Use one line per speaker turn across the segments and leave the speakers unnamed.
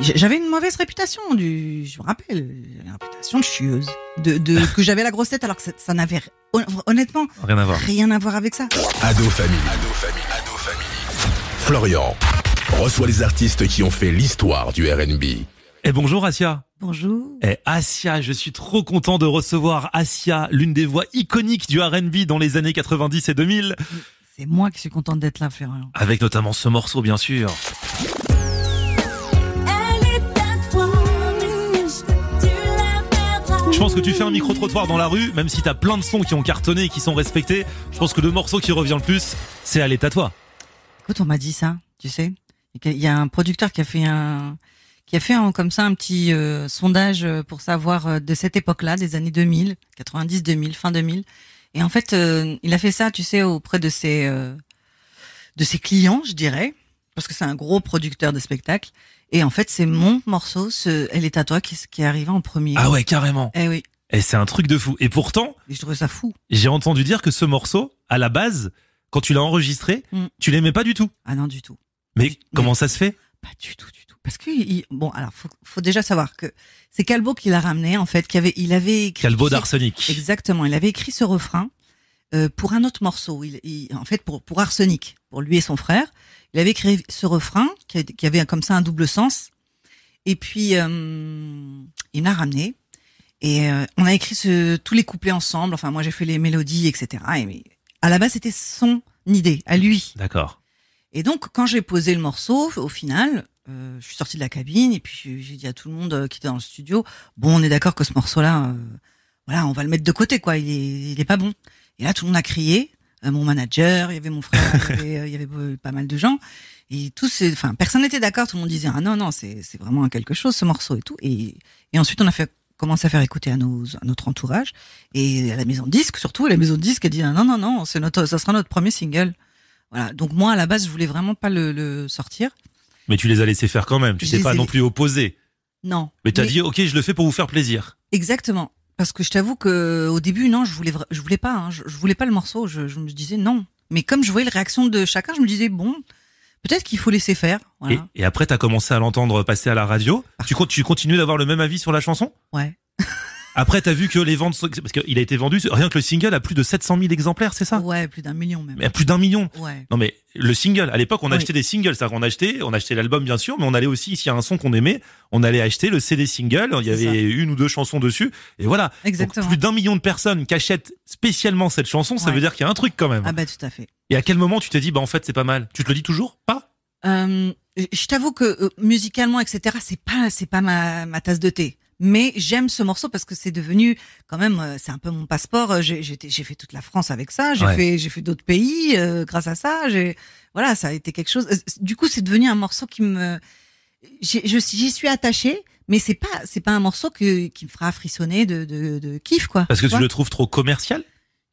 J'avais une mauvaise réputation, du, je me rappelle, une réputation de chieuse, de, de que j'avais la grosse tête alors que ça, ça n'avait hon- honnêtement
Rien à voir.
rien à voir avec ça.
Ado Family. Ado Family. Ado Family. Florian reçoit les artistes qui ont fait l'histoire du RB.
Et bonjour Asia.
Bonjour.
Eh Asia, je suis trop content de recevoir Asia, l'une des voix iconiques du R&B dans les années 90 et 2000,
C'est moi qui suis contente d'être là, Florian.
avec notamment ce morceau bien sûr.
Elle est à toi, mais tu la perdras.
Je pense que tu fais un micro trottoir dans la rue, même si t'as plein de sons qui ont cartonné et qui sont respectés. Je pense que le morceau qui revient le plus, c'est Allez à toi.
Écoute, on m'a dit ça, tu sais. Et qu'il y a un producteur qui a fait un qui a fait un, comme ça un petit euh, sondage euh, pour savoir euh, de cette époque-là, des années 2000, 90, 2000, fin 2000. Et en fait, euh, il a fait ça, tu sais, auprès de ses euh, de ses clients, je dirais, parce que c'est un gros producteur de spectacles. Et en fait, c'est mon morceau, ce Elle est à toi, qui, qui est arrivé en premier.
Ah ouais, carrément.
Eh oui,
Et c'est un truc de fou. Et pourtant,
et je trouvais ça fou.
j'ai entendu dire que ce morceau, à la base, quand tu l'as enregistré,
Mm.
tu l'aimais pas du tout.
Ah non, du tout.
Mais
Mais-
comment ça se fait
Pas du tout, du tout. Parce que il- bon, alors faut, faut déjà savoir que c'est Calbo qui l'a ramené en fait, qui avait, il avait écrit.
Calbo
ce-
d'Arsenic.
Exactement, il avait écrit ce refrain euh, pour un autre morceau. Il, il- en fait, pour pour Arsenic, pour lui et son frère, il avait écrit ce refrain qui, a- qui avait comme ça un double sens. Et puis euh, il l'a ramené et euh, on a écrit ce, tous les couplets ensemble. Enfin, moi j'ai fait les mélodies, etc. Et, mais à la base, c'était son idée, à lui.
D'accord.
Et donc, quand j'ai posé le morceau, au final, euh, je suis sortie de la cabine et puis j'ai- j'ai dit à tout le monde euh, qui était dans le studio, bon, on est d'accord que ce morceau-là, euh, voilà, on va le mettre de côté, quoi. Il est, il est pas bon. Et là, tout le monde a crié. Euh, mon manager, il y avait mon frère, il y avait, euh, il y avait, euh, pas mal de gens. Et tous, euh, enfin, personne n'était d'accord. Tout le monde disait, ah non, non, c'est c'est vraiment quelque chose ce morceau et tout. Et, et ensuite, on a fait commencé à faire écouter à, nos, à notre entourage et à la maison de disque surtout. Et la maison de disque a dit, ah non, non, non, c'est notre, ça sera notre premier single. Voilà. Donc moi, à la base, je voulais vraiment pas le, le sortir.
Mais tu les as laissés faire quand même. Tu
Je
t'es
les
pas
ai-
non plus opposé.
Non.
Mais t'as dit, ok, je le fais pour vous faire plaisir.
Exactement. Parce que je t'avoue que au début, non, je voulais, vra- je voulais pas. hein. je, je voulais pas le morceau. Je, je me disais non. Mais comme je voyais la réaction de chacun, je me disais bon, peut-être qu'il faut laisser faire.
Et,
Voilà.
et après, t'as commencé à l'entendre passer à la radio.
Parfait.
Tu, con- tu continues d'avoir le même avis sur la chanson
Ouais.
Après, t'as vu que les ventes. sont- Parce qu'il a été vendu, rien que le single, à plus de 700 000 exemplaires, c'est ça
Ouais, plus d'un million même.
Mais à plus d'un million.
Ouais.
Non, mais le single, à l'époque, on
Oui.
achetait des singles. C'est-à-dire qu'on achetait, on achetait l'album, bien sûr, mais on allait aussi, s'il y a un son qu'on aimait, on allait acheter le CD single. Il y
C'est
avait
ça.
une ou deux chansons dessus. Et voilà. Donc,
Exactement.
plus d'un million de personnes qui achètent spécialement cette chanson, ça
Ouais.
veut dire qu'il y a un truc quand même.
Ah bah tout à fait.
Et à quel moment tu t'es dit, bah en fait, c'est pas mal Tu te le dis toujours Pas
Euh, je t'avoue que euh, musicalement, etc., c'est pas, c'est pas ma, ma tasse de thé. Mais j'aime ce morceau parce que c'est devenu quand même, euh, c'est un peu mon passeport. Euh, J'ai, j'étais- j'ai fait toute la France avec ça. J'ai
Ouais.
fait, j'ai fait d'autres pays euh, grâce à ça. J'ai, voilà, ça a été quelque chose. Euh, c- Du coup, c'est devenu un morceau qui me, j'ai- je, j'y suis attachée, mais c'est pas, c'est pas un morceau que, qui me fera frissonner de, de, de kiff quoi.
Parce que tu
vois.
le trouves trop commercial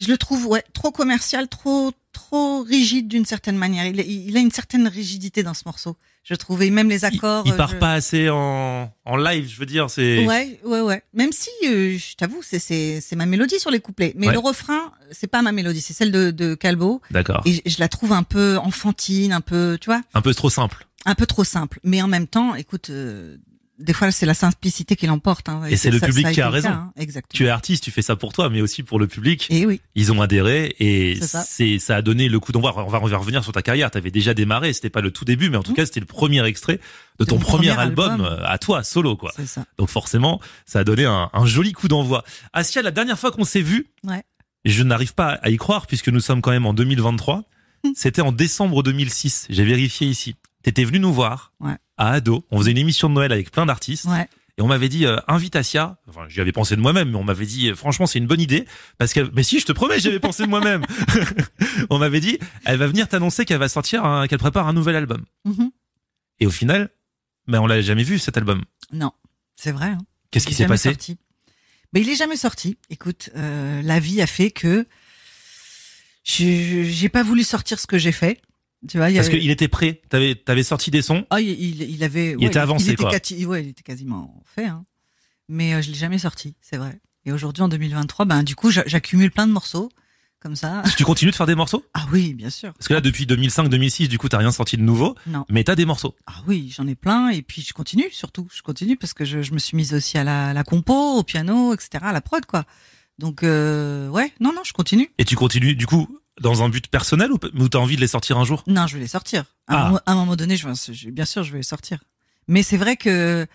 Je le trouve ouais, trop commercial, trop trop rigide d'une certaine manière. Il, il a une certaine rigidité dans ce morceau. Je trouvais même les
Il-
accords.
Il,
euh,
part
je-
pas assez en, en live, je veux dire. C'est
Ouais, ouais, ouais. Même si, euh, je t'avoue, c'est c'est c'est ma mélodie sur les couplets. Mais
Ouais.
le refrain, c'est pas ma mélodie, c'est celle de, de Calbo.
D'accord.
Et je, je la trouve un peu enfantine, un peu, tu vois,
Un peu trop simple.
un peu trop simple. Mais en même temps, écoute, euh, des fois c'est la simplicité qui l'emporte. hein.
Et c'est le
ça-
public
ça a
qui a
été le cas,
raison.
hein. Exactement.
Tu es artiste, tu fais ça pour toi, mais aussi pour le public.
Et oui.
Ils ont adhéré et
C'est ça.
c'est ça a donné le coup d'envoi. On va, on va revenir sur ta carrière. T'avais déjà démarré, c'était pas le tout début, mais en tout
Mmh.
cas c'était le premier extrait de
C'est
ton
mon
premier,
premier
album,
album.
euh, à toi solo quoi.
C'est ça.
Donc forcément, ça a donné un, un joli coup d'envoi. Asia, la dernière fois qu'on s'est vu,
Ouais.
je n'arrive pas à y croire puisque nous sommes quand même en 2023. C'était en décembre 2006. J'ai vérifié ici. T'étais venu nous voir
Ouais.
à Ado. On faisait une émission de Noël avec plein d'artistes.
Ouais.
Et on m'avait dit, euh, invite Asia. Enfin, j'y avais pensé de moi-même, mais on m'avait dit, euh, franchement, c'est une bonne idée. Parce que, mais si, je te promets, j'avais pensé de moi-même. on m'avait dit, elle va venir t'annoncer qu'elle va sortir, un- qu'elle prépare un nouvel album.
Mhm.
Et au final, mais on l'a jamais vu, cet album.
Non, c'est vrai. hein.
Qu'est-ce qui
Il est
s'est
jamais
passé?
sorti. Mais il est jamais sorti. Écoute, euh, la vie a fait que je- j'ai pas voulu sortir ce que j'ai fait. Tu vois, il y
Parce
avait-
qu'il était prêt. T'avais, t'avais sorti des sons.
Ah, il, il- il avait.
était avancé,
il était
quoi.
quati- ouais, il était quasiment fait. hein. Mais euh, je l'ai jamais sorti, c'est vrai. Et aujourd'hui, en 2023, ben du coup, j'a- j'accumule plein de morceaux comme ça.
Tu continues de faire des morceaux
Ah oui, bien sûr.
Parce que là, depuis 2005-2006, du coup, t'as rien sorti de nouveau,
Non.
mais t'as des morceaux.
Ah oui, j'en ai plein. Et puis je continue surtout. Je continue parce que je, je me suis mise aussi à la, à la compo, au piano, etc., à la prod, quoi. Donc, euh, ouais, non, non, je continue.
Et tu continues, du coup, dans un but personnel ou pe- ou t'as envie de les sortir un jour
Non, je vais les sortir. À, un,
Ah.
moment- à un moment donné, je, vais- je- bien sûr, je vais les sortir. Mais c'est vrai que,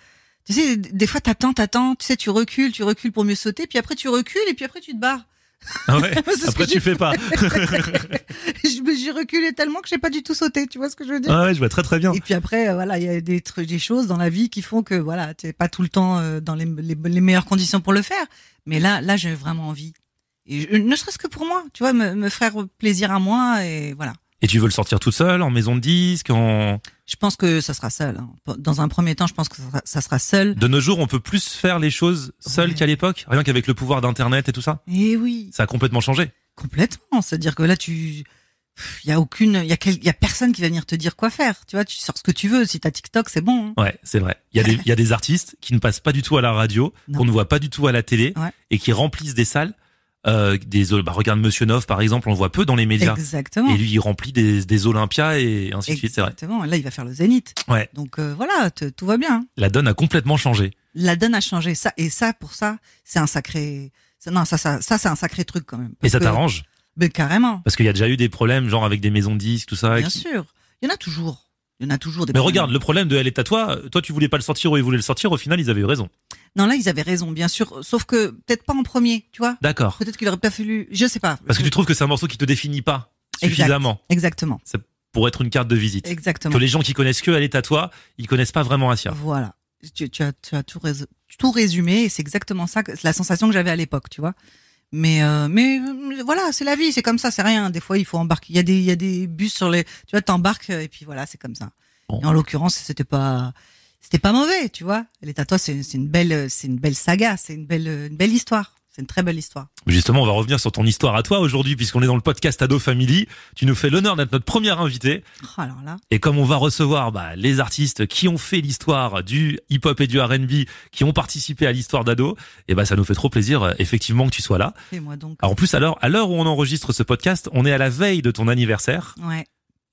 tu sais, des fois, t'attends, t'attends, tu sais, tu recules, tu recules pour mieux sauter, puis après, tu recules, et puis après, tu te barres.
Ah ouais
C'est ce
Après,
que j'ai
tu fais pas.
Je me- J'ai reculé tellement que j'ai pas du tout sauté, tu vois ce que je veux dire
Ah ouais, je vois très très bien.
Et puis après, euh, voilà, il y a des trucs, des choses dans la vie qui font que voilà, t'es pas tout le temps euh, dans les, les- les meilleures conditions pour le faire. Mais là, là, j'ai vraiment envie. Et je- ne serait-ce que pour moi, tu vois, me, me faire plaisir à moi et voilà.
Et tu veux le sortir tout seul, en maison de disque, en...
Je pense que ça sera seul. hein. Dans un premier temps, je pense que ça sera, ça sera seul.
De nos jours, on peut plus faire les choses seul
Ouais.
qu'à l'époque, rien qu'avec le pouvoir d'Internet et tout ça.
Et oui,
Ça a complètement changé.
complètement. C'est-à-dire que là, tu, il y a aucune, il y a quel- y a personne qui va venir te dire quoi faire. Tu vois, tu sors ce que tu veux. Si t'as TikTok, c'est bon. hein.
Ouais, c'est vrai. Il y, a des- il y a des artistes qui ne passent pas du tout à la radio,
Non.
qu'on ne voit pas du tout à la télé,
Ouais.
et qui remplissent des salles. Euh, des, bah, regarde Monsieur Nov, par exemple, on le voit peu dans les médias.
Exactement.
Et lui, il remplit des, des Olympias et ainsi de suite, c'est vrai.
Exactement. Et Là, il va faire le zénith.
Ouais.
Donc euh, voilà, te- tout va bien.
La donne a complètement changé.
La donne a changé. Ça et ça pour ça, c'est un sacré. ça- non, ça, ça, ça, c'est un sacré truc quand même.
Et
Parce
ça
que-
t'arrange
Mais carrément.
Parce qu'il y a déjà eu des problèmes, genre avec des maisons de disques, tout ça.
Bien
qui-
sûr. Il y en a toujours. Il y en a toujours des.
Ah Mais
problèmes.
regarde, le problème de Elle est à toi, toi tu voulais pas le sortir ou ils voulaient le sortir, au final ils avaient eu raison.
Non, là, ils avaient raison, bien sûr. Sauf que peut-être pas en premier, tu vois.
D'accord.
Peut-être qu'il aurait pas fallu. Je sais pas.
Parce que tu trouves que c'est un morceau qui te définit pas
Exact.
suffisamment
Exactement.
pour être une carte de visite.
Exactement.
Que les gens qui connaissent que Elle est à toi, ils connaissent pas vraiment Asia.
Voilà. Tu, tu as, tu as tout, rés- tout résumé et c'est exactement ça, que- la sensation que j'avais à l'époque, tu vois. Mais, euh, mais euh, voilà, c'est la vie, c'est comme ça, c'est rien. Des fois, il faut embarquer. Il y a des, il y a des bus sur les. Tu vois, t'embarques et puis voilà, c'est comme ça.
Bon.
Et en l'occurrence, c'était pas. C'était pas mauvais, tu vois. Les tatouages, c'est c'est une belle, c'est une belle saga, c'est une belle, une belle histoire. C'est une très belle histoire.
Mais Justement, on va revenir sur ton histoire à toi aujourd'hui, puisqu'on est dans le podcast Ado Family. Tu nous fais l'honneur d'être notre première invitée.
Oh, alors là,
Et comme on va recevoir bah, les artistes qui ont fait l'histoire du hip-hop et du R&B, qui ont participé à l'histoire d'Ado, et bah, ça nous fait trop plaisir, euh, effectivement, que tu sois là.
fais-moi donc.
Alors, en plus, alors, à l'heure où on enregistre ce podcast, on est à la veille de ton anniversaire.
Ouais.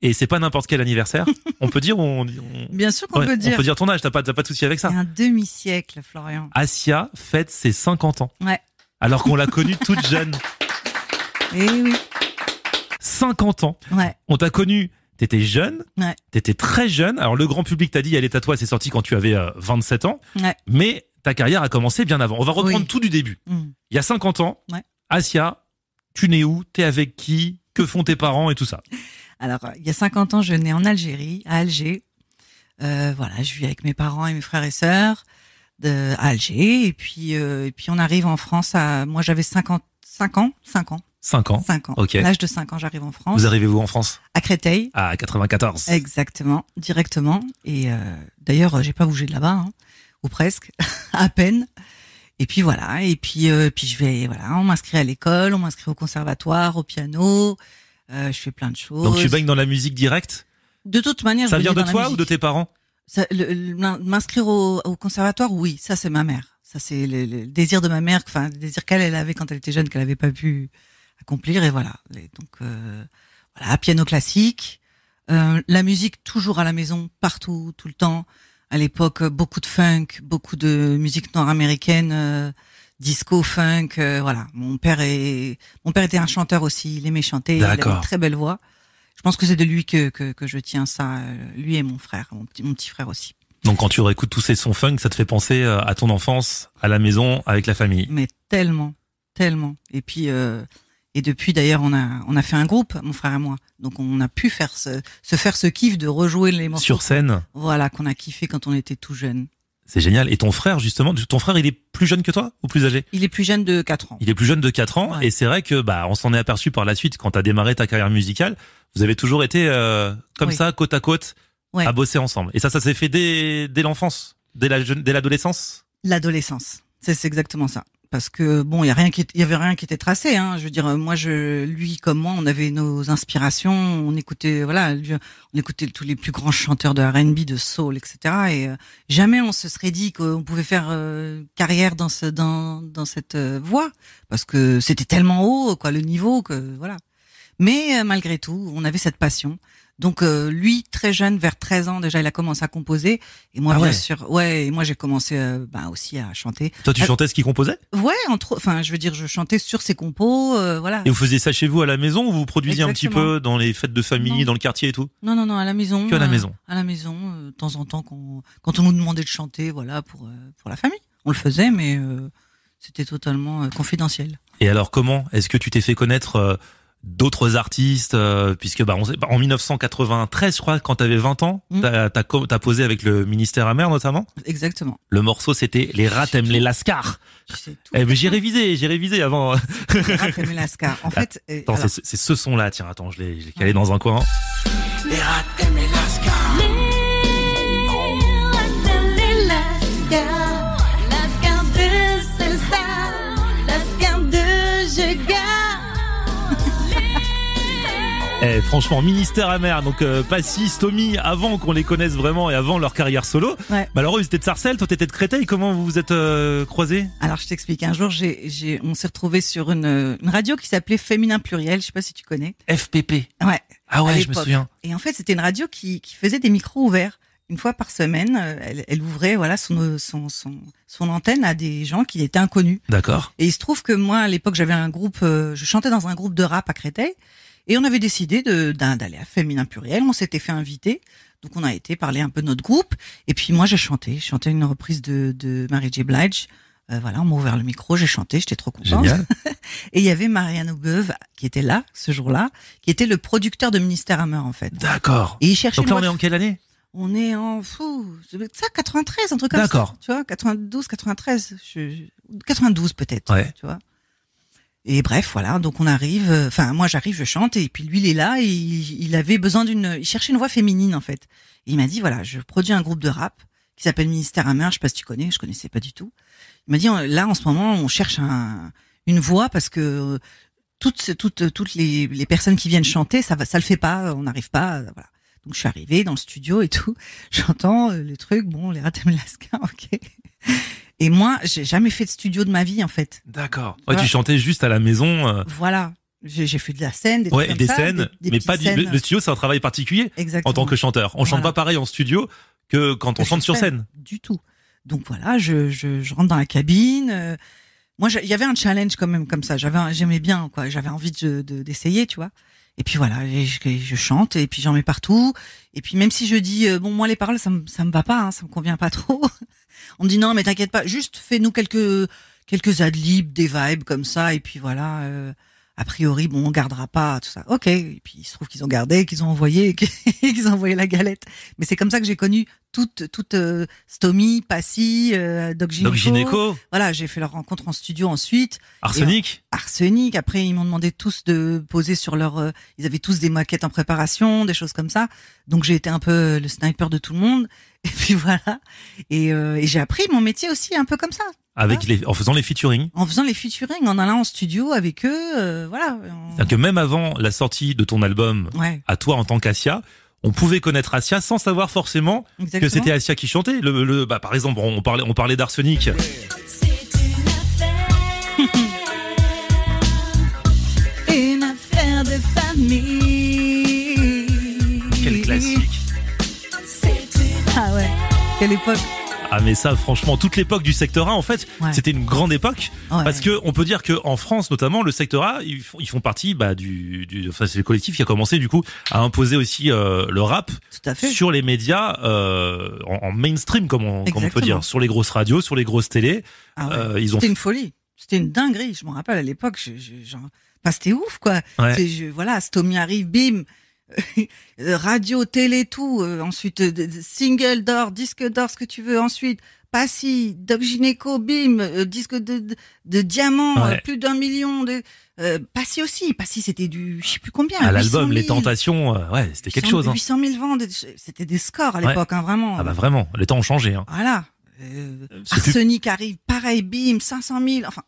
Et c'est pas n'importe quel anniversaire. on peut dire, on, on-
Bien sûr qu'on
ouais,
peut dire.
ton âge, t'as pas, t'as pas de souci avec ça.
Il y a un demi-siècle, Florian.
Asia fête ses 50 ans.
Ouais.
Alors qu'on l'a connue toute jeune.
Eh oui.
50 ans.
Ouais.
On t'a connue, t'étais jeune.
Ouais.
T'étais très jeune. Alors, le grand public t'a dit, elle est à toi, c'est sorti quand tu avais euh, 27 ans.
Ouais.
Mais ta carrière a commencé bien avant. On va reprendre
Oui.
tout du début.
Hum.
Il y a 50 ans.
Ouais.
Asia, tu n'es où? T'es avec qui? Que font tes parents et tout ça?
Alors, euh, il y a 50 ans, je nais en Algérie, à Alger. Euh, voilà, je vis avec mes parents et mes frères et sœurs de, à Alger. Et puis, euh, et puis, on arrive en France à. Moi, j'avais 50, 5 ans, 5 ans,
5 ans.
5 ans.
Ok.
À l'âge de 5 ans, j'arrive en France,
Vous arrivez vous en France?
à Créteil.
à 94.
Exactement, directement. Et euh, d'ailleurs, euh, j'ai pas bougé de là-bas, hein, ou presque, à peine. Et puis voilà. Et puis, euh, puis je vais. Voilà, on m'inscrit à l'école, on m'inscrit au conservatoire, au piano. Euh, je fais plein de choses.
Donc tu baignes dans la musique directe
De toute manière,
Ça
je
vient
baignais
de
Ah dans la
toi ou
musique.
de tes parents
Ça, le- le- l'in- M'inscrire au, au conservatoire, oui, ça c'est ma mère. Ça c'est le, le désir de ma mère, enfin le désir qu'elle elle avait quand elle était jeune, qu'elle n'avait pas pu accomplir. Et voilà. Et donc euh, voilà, piano classique, euh, la musique toujours à la maison, partout, tout le temps. À l'époque, euh, beaucoup de funk, beaucoup de musique nord-américaine, euh, disco, funk. euh, voilà. Mon père est, mon père était un chanteur aussi. Il aimait chanter. Il avait
D'accord.
une très belle voix. Je pense que c'est de lui que, que, que je tiens ça, euh, lui et mon frère, mon petit, mon petit frère aussi.
Donc quand tu réécoutes tous ces sons funk, ça te fait penser euh, à ton enfance, à la maison, avec la famille.
Mais tellement, tellement. Et puis, euh, et depuis d'ailleurs, on a, on a fait un groupe, mon frère et moi. Donc on a pu faire ce, se faire ce kiff de rejouer les morceaux.
Sur scène,
Voilà, qu'on a kiffé quand on était tout jeune.
c'est génial. Et ton frère, justement, ton frère, il est plus jeune que toi ou plus âgé
Il est plus jeune de 4 ans.
Il est plus jeune de 4 ans
Ouais.
et c'est vrai que bah on s'en est aperçu par la suite quand t'as démarré ta carrière musicale, vous avez toujours été euh, comme
Oui.
ça côte à côte
Ouais.
à bosser ensemble. Et ça ça s'est fait dès dès l'enfance, dès la jeune- dès l'adolescence.
L'adolescence. C'est c'est exactement ça. parce que bon, il y a rien qui, est- il y avait rien qui était tracé. Hein. Je veux dire, euh, moi, je, lui comme moi, on avait nos inspirations, on écoutait, voilà, lui, on écoutait tous les plus grands chanteurs de R&B, de soul, etc. Et euh, jamais on se serait dit qu'on pouvait faire euh, carrière dans ce, dans, dans cette euh, voie, parce que c'était tellement haut, quoi, le niveau que voilà. Mais euh, malgré tout, on avait cette passion. Donc euh, lui, très jeune, vers 13 ans déjà, il a commencé à composer. Et moi,
Ah ouais.
bien sûr, ouais, et moi j'ai commencé euh, bah, aussi à chanter.
Toi, tu
Ah.
chantais ce qu'il composait
Ouais, entre, enfin, je veux dire, je chantais sur ses compos, euh, voilà.
Et vous faisiez ça chez vous à la maison ou vous produisiez un petit
Exactement.
peu dans les fêtes de famille,
Non.
dans le quartier et tout
Non, non, non, à la maison.
Que à la
euh,
maison.
À la maison, euh, de temps en temps, quand, on- quand on nous demandait de chanter, voilà, pour euh, pour la famille, on le faisait, mais euh, c'était totalement euh, confidentiel.
Et alors, comment est-ce que tu t'es fait connaître euh, d'autres artistes euh, Puisque bah, on sait- bah, en 1993, je crois, quand t'avais 20 ans,
Mm.
t'as t'as co- t'as posé avec le ministère amer notamment.
Exactement.
Le morceau, c'était Les rats aiment les lascars.
Tu sais tout.
Eh, mais j'ai révisé, j'ai révisé avant.
Les rats aiment les lascars. En fait, euh,
Attends,
alors,
c'est c'est ce son-là. Tiens, attends, je l'ai je l'ai calé dans un coin. Eh, franchement, ministère amer. Donc, euh, Passis, Tommy, avant qu'on les connaisse vraiment et avant leur carrière solo.
Ouais.
Bah, alors, eux, ils étaient de Sarcelles, toi, t'étais de Créteil. Comment vous vous êtes euh, croisés
alors, je t'explique. Un jour, j'ai, j'ai, on s'est retrouvé sur une, euh, une radio qui s'appelait Féminin Pluriel. Je sais pas si tu connais.
FPP.
Ouais.
Ah
à
ouais, je me
l'époque.
souviens.
Et en fait, c'était une radio qui, qui faisait des micros ouverts. Une fois par semaine, euh, elle, elle ouvrait voilà son, son, son, son antenne à des gens qui étaient inconnus.
D'accord.
Et il se trouve que moi, à l'époque, j'avais un groupe, euh, je chantais dans un groupe de rap à Créteil, et on avait décidé de- d'un- d'aller à Féminin Pluriel, on s'était fait inviter, donc on a été parler un peu de notre groupe, et puis moi j'ai chanté, j'ai chanté une reprise de, de Mary J. Blige, Euh, voilà, on m'a ouvert le micro, j'ai chanté, j'étais trop contente.
Génial.
Et il y avait Marianne Aubeuve, qui était là, ce jour-là, qui était le producteur de Ministère Hammer, en fait.
D'accord.
Et il cherchait
Donc là,
une
on est
voix-
en quelle année
on est en fou, ça, doit être ça 93, un truc comme ça.
D'accord.
Tu vois, 92, 93, je- je- 92 peut-être.
Ouais.
Tu vois. Et bref, voilà. Donc on arrive. euh, Enfin, moi j'arrive, je chante, et puis lui il est là. Et il, il avait besoin d'une, il cherchait une voix féminine en fait. Et il m'a dit voilà, je produis un groupe de rap qui s'appelle Ministère Amer. Je sais pas si tu connais, je connaissais pas du tout. Il m'a dit on- là en ce moment on cherche un, une voix parce que euh, toutes ces- toutes toutes les, les personnes qui viennent chanter ça va ça le fait pas, on n'arrive pas. euh, Voilà. Donc je suis arrivée dans le studio et tout. J'entends euh, le truc. Bon, les Ratem Lascar, ok. Et moi, j'ai jamais fait de studio de ma vie en fait.
D'accord. Ouais,
Ouais.
tu chantais juste à la maison. euh,
Voilà. J'ai j'ai fait de la scène, des, trucs
Ouais, et
comme
des
ça,
scènes,
des- des
mais
petites
pas du...
scènes.
le- le studio, c'est un travail particulier
Exactement.
en tant que chanteur. On chante
Voilà.
pas pareil en studio que quand on
Que
chante
sur
sur scène.
Du tout. Donc voilà, je, je, je rentre dans la cabine. euh, moi, j'a- il y avait un challenge quand même comme ça. J'avais, un- j'aimais bien quoi. J'avais envie de- de- d'essayer, tu vois. Et puis voilà, et je, et je chante et puis j'en mets partout. Et puis même si je dis euh, bon, moi les paroles, ça me ça me va pas, hein, ça me convient pas trop. On me dit non, mais t'inquiète pas, juste fais-nous quelques quelques adlibs, des vibes comme ça. Et puis voilà. euh, a priori, bon, on gardera pas tout ça. Ok. Et puis il se trouve qu'ils ont gardé, qu'ils ont envoyé, et qu'ils ont envoyé la galette. Mais c'est comme ça que j'ai connu toute toute euh, Stomy, Passy, euh, Doc Gynéco.
Donc gynéco,
Voilà, j'ai fait leur rencontre en studio ensuite.
arsenic.
Arsenic, après ils m'ont demandé tous de poser sur leur... euh, ils avaient tous des maquettes en préparation, des choses comme ça. Donc j'ai été un peu euh, le sniper de tout le monde. Et puis voilà. Et, euh, et j'ai appris mon métier aussi un peu comme ça,
Avec les, en faisant les featuring.
en faisant les featuring, en allant en studio avec eux. euh, voilà. En-
C'est-à-dire que même avant la sortie de ton album
Ouais,
à toi en tant qu'Asia, on pouvait connaître Asia sans savoir forcément que
exactement.
c'était Asia qui chantait. Le, le- bah, par exemple, on parlait, on parlait d'arsenic.
une affaire de famille.
Quel classique.
Ah ouais, quelle époque.
Ah mais ça franchement toute l'époque du secteur A en fait
Ouais.
c'était une grande époque
Ouais.
parce que on peut dire que en France notamment le secteur A ils font, ils font partie bah du, du enfin c'est le collectif qui a commencé du coup à imposer aussi euh, le rap
Tout à fait.
sur les médias euh, en, en mainstream comme on, comme on peut
Exactement.
dire sur les grosses radios sur les grosses télés
Ah ouais.
Euh, ils ont
C'était une folie. C'était une dinguerie. Je me rappelle à l'époque, je, je- genre, enfin, c'était ouf, quoi.
Ouais.
C'est- je- voilà, Stomy arrive, bim. Euh, Radio, télé, tout. Euh, ensuite, euh, de- de- single d'or, disque d'or, ce que tu veux. Ensuite, Passy, Doc Gynéco, bim. euh, disque de, de, de diamant,
Ouais.
euh, plus d'un million. De, euh, Passy aussi. Passy, c'était du, je sais plus combien.
à Ah, l'album
800 000,
les tentations euh, ouais c'était quelque chose hein.
800 000 ventes. C'était des scores à
Ouais.
l'époque, hein, vraiment.
ah bah vraiment les temps ont changé hein.
Voilà. Euh,
C'était-
Arsenic arrive, pareil, bim, 500 000. Enfin,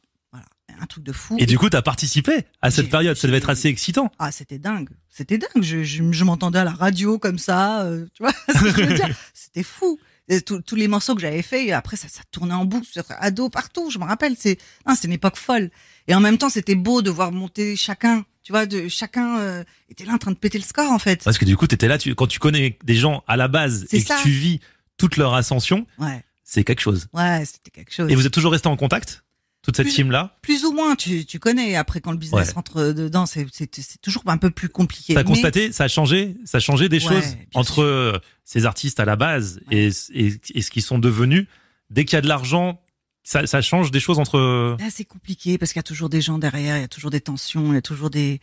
un truc de fou.
Et du coup, t'as participé à cette
J'ai-
période. Ça devait
j'ai-
être assez excitant.
Ah, c'était dingue. C'était dingue. Je, je- je m'entendais à la radio comme ça. euh, tu vois ce que je veux dire C'était fou. Et tous- tous les morceaux que j'avais faits, après, ça, ça tournait en boucle. sur- Ado partout, je me rappelle. C'est hein, c'est une époque folle. Et en même temps, c'était beau de voir monter chacun. Tu vois, de, chacun euh, était là en train de péter le score, en fait.
Parce que du coup, t'étais là, tu, quand tu connais des gens à la base
C'est
et
ça.
que tu vis toute leur ascension,
Ouais,
c'est quelque chose.
ouais, c'était quelque chose.
Et vous êtes toujours resté en contact? Toute cette
Plus-
team-là?
Plus ou moins, tu, tu connais. Après, quand le business
Ouais.
rentre dedans, c'est c'est- c'est toujours un peu plus compliqué.
T'as
Mais-
constaté, ça a changé, ça a changé des
Ouais,
choses
bien
entre
sûr.
euh, ces artistes à la base
Ouais.
et, et, et ce qu'ils sont devenus. Dès qu'il y a de l'argent, ça, ça change des choses entre.
Là, c'est compliqué parce qu'il y a toujours des gens derrière, il y a toujours des tensions, il y a toujours des.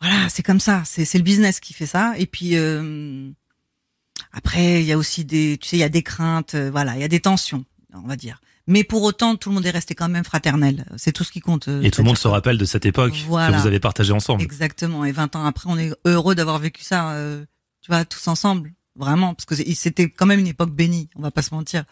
Voilà, c'est comme ça. C'est c'est le business qui fait ça. Et puis euh, après, il y a aussi des, tu sais, il y a des craintes. euh, voilà, il y a des tensions, on va dire. Mais pour autant, tout le monde est resté quand même fraternel. C'est tout ce qui compte. euh,
Et tout le monde se
c'est-à-dire
rappelle de cette époque
Voilà.
que vous avez partagée ensemble.
Exactement. Et 20 ans après, on est heureux d'avoir vécu ça, euh, tu vois, tous ensemble. Vraiment. Parce que c'est- c'était quand même une époque bénie, on va pas se mentir.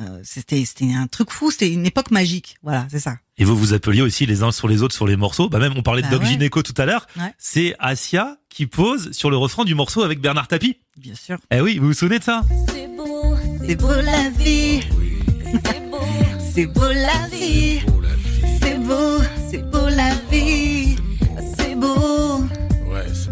Euh, c'était c'était un truc fou, c'était une époque magique. Voilà, c'est ça.
Et vous vous appeliez aussi les uns sur les autres sur les morceaux. Bah même on parlait de
Bah
Doc
ouais.
Gineco tout à l'heure.
Ouais.
C'est Asia qui pose sur le refrain du morceau avec Bernard Tapie.
Bien sûr.
Eh oui, vous vous souvenez de ça
C'est beau,
C'est beau la vie,
c'est beau,
c'est beau la vie, c'est beau, c'est beau la vie, c'est beau.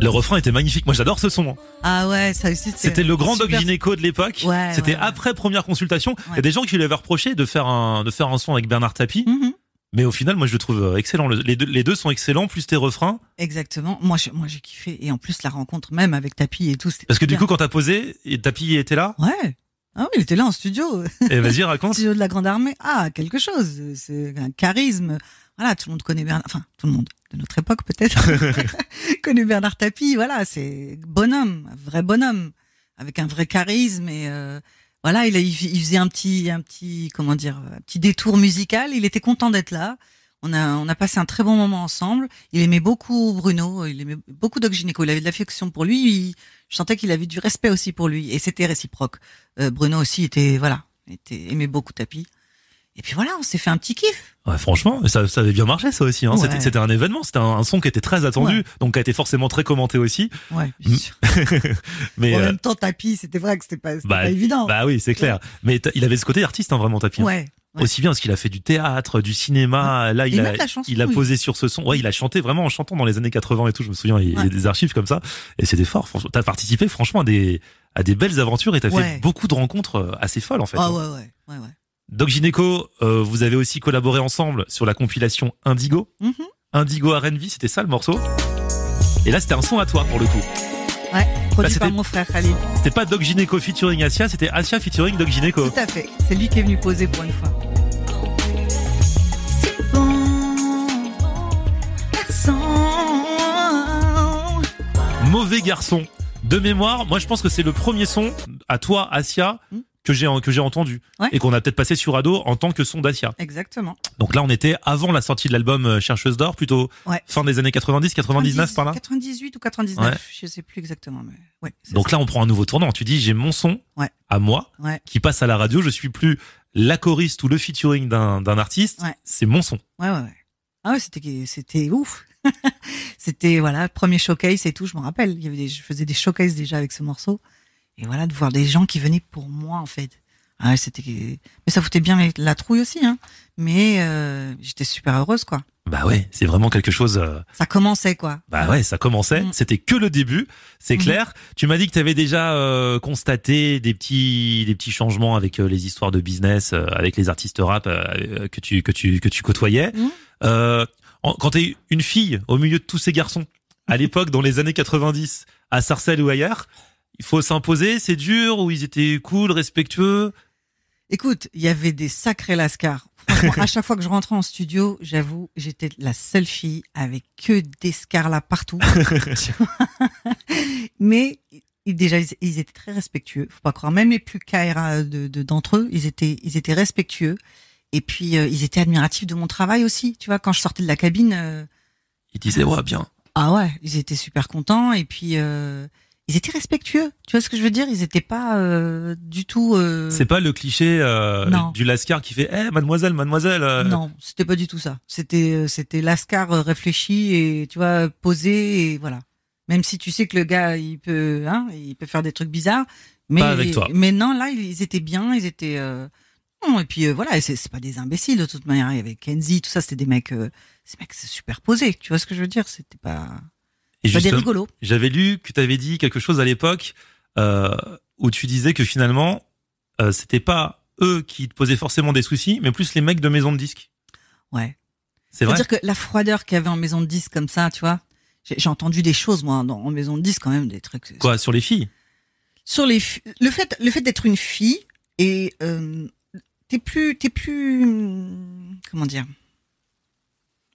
Le refrain était magnifique. Moi j'adore ce son. hein.
Ah ouais, ça aussi
C'était le grand Doc
super-
Gineco de l'époque.
Ouais,
C'était
ouais, ouais.
après première consultation. Il y
Ouais.
a des gens qui lui avaient reproché de faire un de faire un son avec Bernard Tapie.
Mhm,
Mais au final, moi, je le trouve euh, excellent. Le- Les deux, les deux sont excellents, plus tes refrains.
Exactement. Moi, je- moi j'ai kiffé et en plus la rencontre même avec Tapi et tout. c'était
Parce que du
bien.
coup, quand t'as posé, et Tapi était là,
Ouais. Ah oui, il était là en studio,
et vas-y, raconte.
studio de la Grande Armée. Ah, quelque chose. C'est un charisme. Voilà, tout le monde connaît Bernard. Enfin, tout le monde de notre époque peut-être connaît Bernard Tapie. Voilà, c'est bonhomme, un vrai bonhomme, avec un vrai charisme et euh, voilà, il, a- il f- il faisait un petit, un petit, comment dire, un petit détour musical. Il était content d'être là. On a, on a passé un très bon moment ensemble. Il aimait beaucoup Bruno, il aimait beaucoup Doc Gynéco. Il avait de l'affection pour lui. Il- je sentais qu'il avait du respect aussi pour lui et c'était réciproque. Euh, Bruno aussi était, voilà, était, aimait beaucoup Tapi. Et puis voilà, on s'est fait un petit kiff.
Ouais, franchement, ça, ça avait bien marché, ça aussi. hein.
Ouais.
C'était, c'était un événement, c'était un, un son qui était très attendu,
Ouais.
donc qui a été forcément très commenté aussi.
Ouais, bien sûr.
Mais
en
Mm. euh,
même temps, Tapi, c'était vrai que c'était pas, c'était
bah,
pas évident.
bah oui, c'est clair. Mais t'as- il avait ce côté artiste, hein, vraiment, Tapi. hein.
ouais. ouais.
Aussi bien parce qu'il a fait du théâtre, du cinéma. Là, il
Et
a,
même la chanson,
il a
oui.
posé sur ce son. Ouais, il a chanté vraiment en chantant dans les années 80 et tout. Je me souviens, il y a
Ouais.
des archives comme ça. Et c'était fort. Franchement, t'as participé franchement à des à des belles aventures et t'as
Ouais.
fait beaucoup de rencontres euh, assez folles en fait.
Ah ouais, ouais, ouais, ouais.
Doc Gineco, euh, vous avez aussi collaboré ensemble sur la compilation Indigo.
Mhm.
Indigo R&B, c'était ça le morceau. Et là, c'était un son à toi pour le coup.
Produit
Bah, c'était-
par mon frère Khalid.
C'était pas Doc Gineco featuring Asia, c'était Asia featuring Doc Gineco.
Tout à fait. C'est lui qui est venu poser pour une fois. C'est bon, garçon.
Mauvais garçon. De mémoire, moi je pense que c'est le premier son à toi, Asia,
Mm.
que j'ai que j'ai entendu
Ouais.
et qu'on a peut-être passé sur Ado en tant que son d'Asia.
Exactement.
Donc là, on était avant la sortie de l'album euh, Chercheuse d'or, plutôt
Ouais.
fin des années 90, 99 par là.
98 ou 99,
Ouais.
je sais plus exactement. Mais... Ouais, c'est
Donc
ça.
là, on prend un nouveau tournant. Tu dis, j'ai mon son
Ouais.
à moi
Ouais.
qui passe à la radio. Je suis plus la choriste ou le featuring d'un d'un artiste.
Ouais.
C'est mon son.
Ouais, ouais, ouais. Ah ouais, c'était, c'était ouf. c'était, voilà, premier showcase et tout, je me rappelle. Il y avait des- je faisais des showcases déjà avec ce morceau. Et voilà, de voir des gens qui venaient pour moi, en fait. Ah ouais, c'était, mais ça foutait bien la trouille aussi, hein. Mais, euh, j'étais super heureuse, quoi.
Bah ouais, c'est vraiment quelque chose. euh,
Ça commençait, quoi.
Bah ouais, ça commençait.
Mm.
C'était que le début, c'est
Mhm.
clair. Tu m'as dit que tu avais déjà euh, constaté des petits, des petits changements avec euh, les histoires de business, euh, avec les artistes rap euh, euh, que tu que tu que tu côtoyais.
Mhm.
Euh, en- quand t'es une fille au milieu de tous ces garçons, à l'époque dans les années 90, à Sarcelles ou ailleurs, il faut s'imposer, c'est dur ou ils étaient cool, respectueux.
Écoute, il y avait des sacrés lascars. Franchement, à chaque fois que je rentrais en studio, j'avoue, j'étais la seule fille avec que des là partout. Tu vois Mais ils- déjà, ils, ils étaient très respectueux. Faut pas croire. Même les plus KRA de- de- d'entre eux, ils étaient, ils étaient respectueux. Et puis, euh, ils étaient admiratifs de mon travail aussi. Tu vois, quand je sortais de la cabine, euh,
Ils disaient ouais bien.
ah ouais, ils étaient super contents. Et puis, euh, ils étaient respectueux. Tu vois ce que je veux dire Ils étaient pas euh, du tout. euh,
C'est pas le cliché euh,
Non.
du lascar qui fait Eh, mademoiselle, mademoiselle euh,
Non, c'était pas du tout ça. C'était euh, c'était l'ascar euh, réfléchi et tu vois posé et voilà. Même si tu sais que le gars il peut hein, il peut faire des trucs bizarres, mais
Pas avec toi.
mais non là ils étaient bien, ils étaient euh, non, et puis euh, voilà et c'est c'est pas des imbéciles de toute manière. Il y avait Kenzie tout ça c'était des mecs euh, ces mecs c'est super posé. Tu vois ce que je veux dire C'était pas
Et
pas des
justement,
rigolos.
J'avais lu que tu avais dit quelque chose à l'époque euh, où tu disais que finalement, euh, c'était pas eux qui te posaient forcément des soucis, mais plus les mecs de maison de disques.
Ouais.
C'est vrai
C'est-à-dire que la froideur qu'il y avait en maison de 10 comme ça, tu vois. J'ai j'ai entendu des choses, moi, dans- en maison de 10 quand même, des trucs.
Quoi, sur les filles
Sur les, fi- le fait, le fait d'être une fille et euh, t'es plus, t'es plus, hum, comment dire.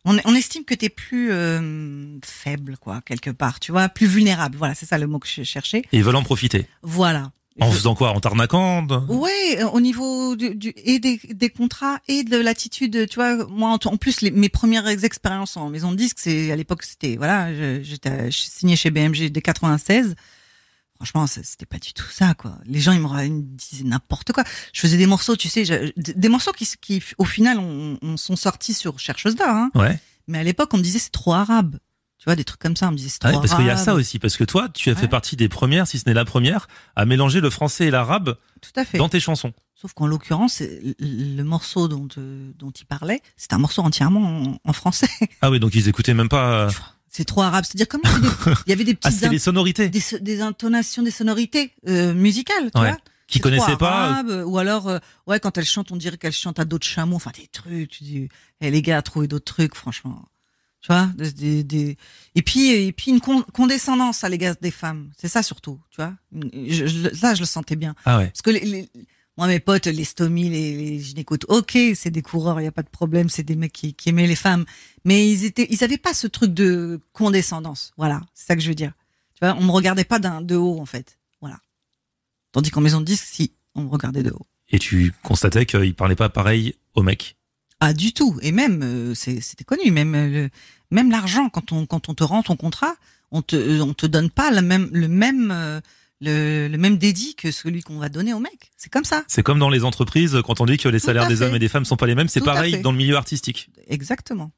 On, on estime que t'es plus euh, faible, quoi, quelque part, tu vois, plus vulnérable. Voilà, c'est ça le mot que je cherchais.
Et ils veulent en profiter.
Voilà.
En
Je-
faisant quoi En t'arnaquant de-
Ouais, euh, au niveau du, du- et des, des contrats et de l'attitude, tu vois, moi en, t- en plus les- mes premières expériences en maison de disque, c'est à l'époque c'était voilà, je- j'étais signé chez BMG dès 96. Franchement, ça- c'était pas du tout ça quoi. Les gens ils me, ra- ils me disaient n'importe quoi. Je faisais des morceaux, tu sais, je- des des morceaux qui, s- qui au final on, on- sont sortis sur chercheuse d'art. hein.
Ouais.
Mais à l'époque on me disait c'est trop arabe, tu vois, des trucs comme ça. On me disait c'est trop
Ah Ouais, parce qu'il y a
arabe.
ça aussi. Parce que toi, tu as fait
Ouais.
partie des premières, si ce n'est la première, à mélanger le français et l'arabe
Tout à fait.
dans tes chansons.
Sauf qu'en l'occurrence, c'est l- le morceau dont, euh, dont il parlait, c'est un morceau entièrement en, en français.
Ah oui, donc ils écoutaient même pas. euh,
C'est trop arabe. C'est-à-dire, comme il y avait des- il y avait des
Ah,
petites
c'était
in-
les sonorités
des, so- des intonations, des sonorités euh, musicales, tu
Ouais.
vois. C'est
qu'ils
trop
connaissaient pas.
arabe, Ou alors, euh, ouais, quand elle chante, on dirait qu'elle chante à d'autres chameaux. Enfin, des trucs. Tu dis, eh, les gars, trouvez d'autres trucs, franchement. Tu vois des, des- des- Et puis, et puis une con- condescendance à l'égard des femmes. C'est ça surtout, tu vois. Une- je- je- ça, je le sentais bien.
Ah ouais.
Parce que les, les- moi, mes potes, les stomies, les, les gynécotes, ok, c'est des coureurs, il n'y a pas de problème, c'est des mecs qui, qui aimaient les femmes. Mais ils étaient, ils avaient pas ce truc de condescendance. Voilà, c'est ça que je veux dire. Tu vois, on me regardait pas d'un de haut, en fait. Voilà. Tandis qu'en maison de disque, si, on me regardait de haut.
Et tu constatais qu'ils parlaient pas pareil aux mecs.
Ah, du tout. Et même, euh, c'est- c'était connu, même euh, le, même l'argent, quand on, quand on te rend ton contrat, on te, euh, on te donne pas le même, le même, euh, le, le même dédit que celui qu'on va donner au mec. C'est comme ça.
C'est comme dans les entreprises, quand on dit que les
Tout
salaires
à
des
fait.
hommes et des femmes sont pas les mêmes, c'est
Tout à
pareil
fait.
dans le milieu artistique.
Exactement.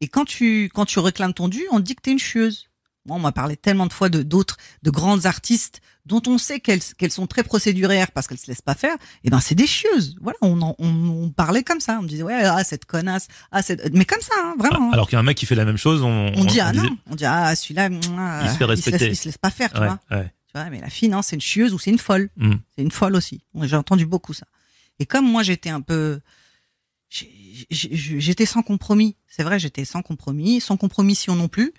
Et quand tu, quand tu réclames ton dû, on te dit que t'es une chieuse. Moi, on m'a parlé tellement de fois de d'autres, de grandes artistes dont on sait qu'elles qu'elles sont très procédurières parce qu'elles se laissent pas faire. Et ben, c'est des chieuses. Voilà, on, en- on, on parlait comme ça. On me disait ouais, ah cette connasse, ah cette, mais comme ça, hein, vraiment. hein.
Alors qu'un mec qui fait la même chose, on,
on, dit ah
disait-
non, on dit ah celui-là, mouah,
Il se fait
laisse-
respecter.
il se laisse pas faire, tu
Ouais,
vois.
ouais.
Tu vois, mais la fille, non, c'est une chieuse ou c'est une folle.
Mm.
C'est une folle aussi. Moi, J'ai entendu beaucoup ça. Et comme moi, j'étais un peu. j'ai- j'ai- J'étais sans compromis. C'est vrai, j'étais sans compromis, sans compromission non plus.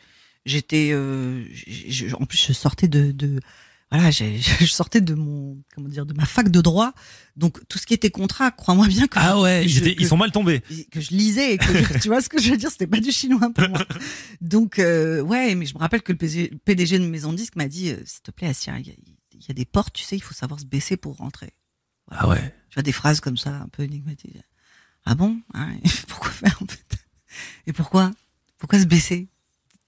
J'étais. euh, je- je- en plus, je sortais de. de voilà, j'ai- je sortais de mon. Comment dire De ma fac de droit. Donc, tout ce qui était contrat, crois-moi bien que.
Ah ouais, ils,
je-
étaient- ils
que-
sont mal tombés.
que je lisais et que tu vois ce que je veux dire c'était pas du chinois pour moi donc euh, ouais mais je me rappelle que le PG le PDG de maison de disque m'a dit euh, s'il te plaît Assia il y, a- il y a des portes tu sais il faut savoir se baisser pour rentrer
Ah ouais.
tu vois des phrases comme ça un peu énigmatiques ah bon Hein pourquoi faire en fait et pourquoi pourquoi se baisser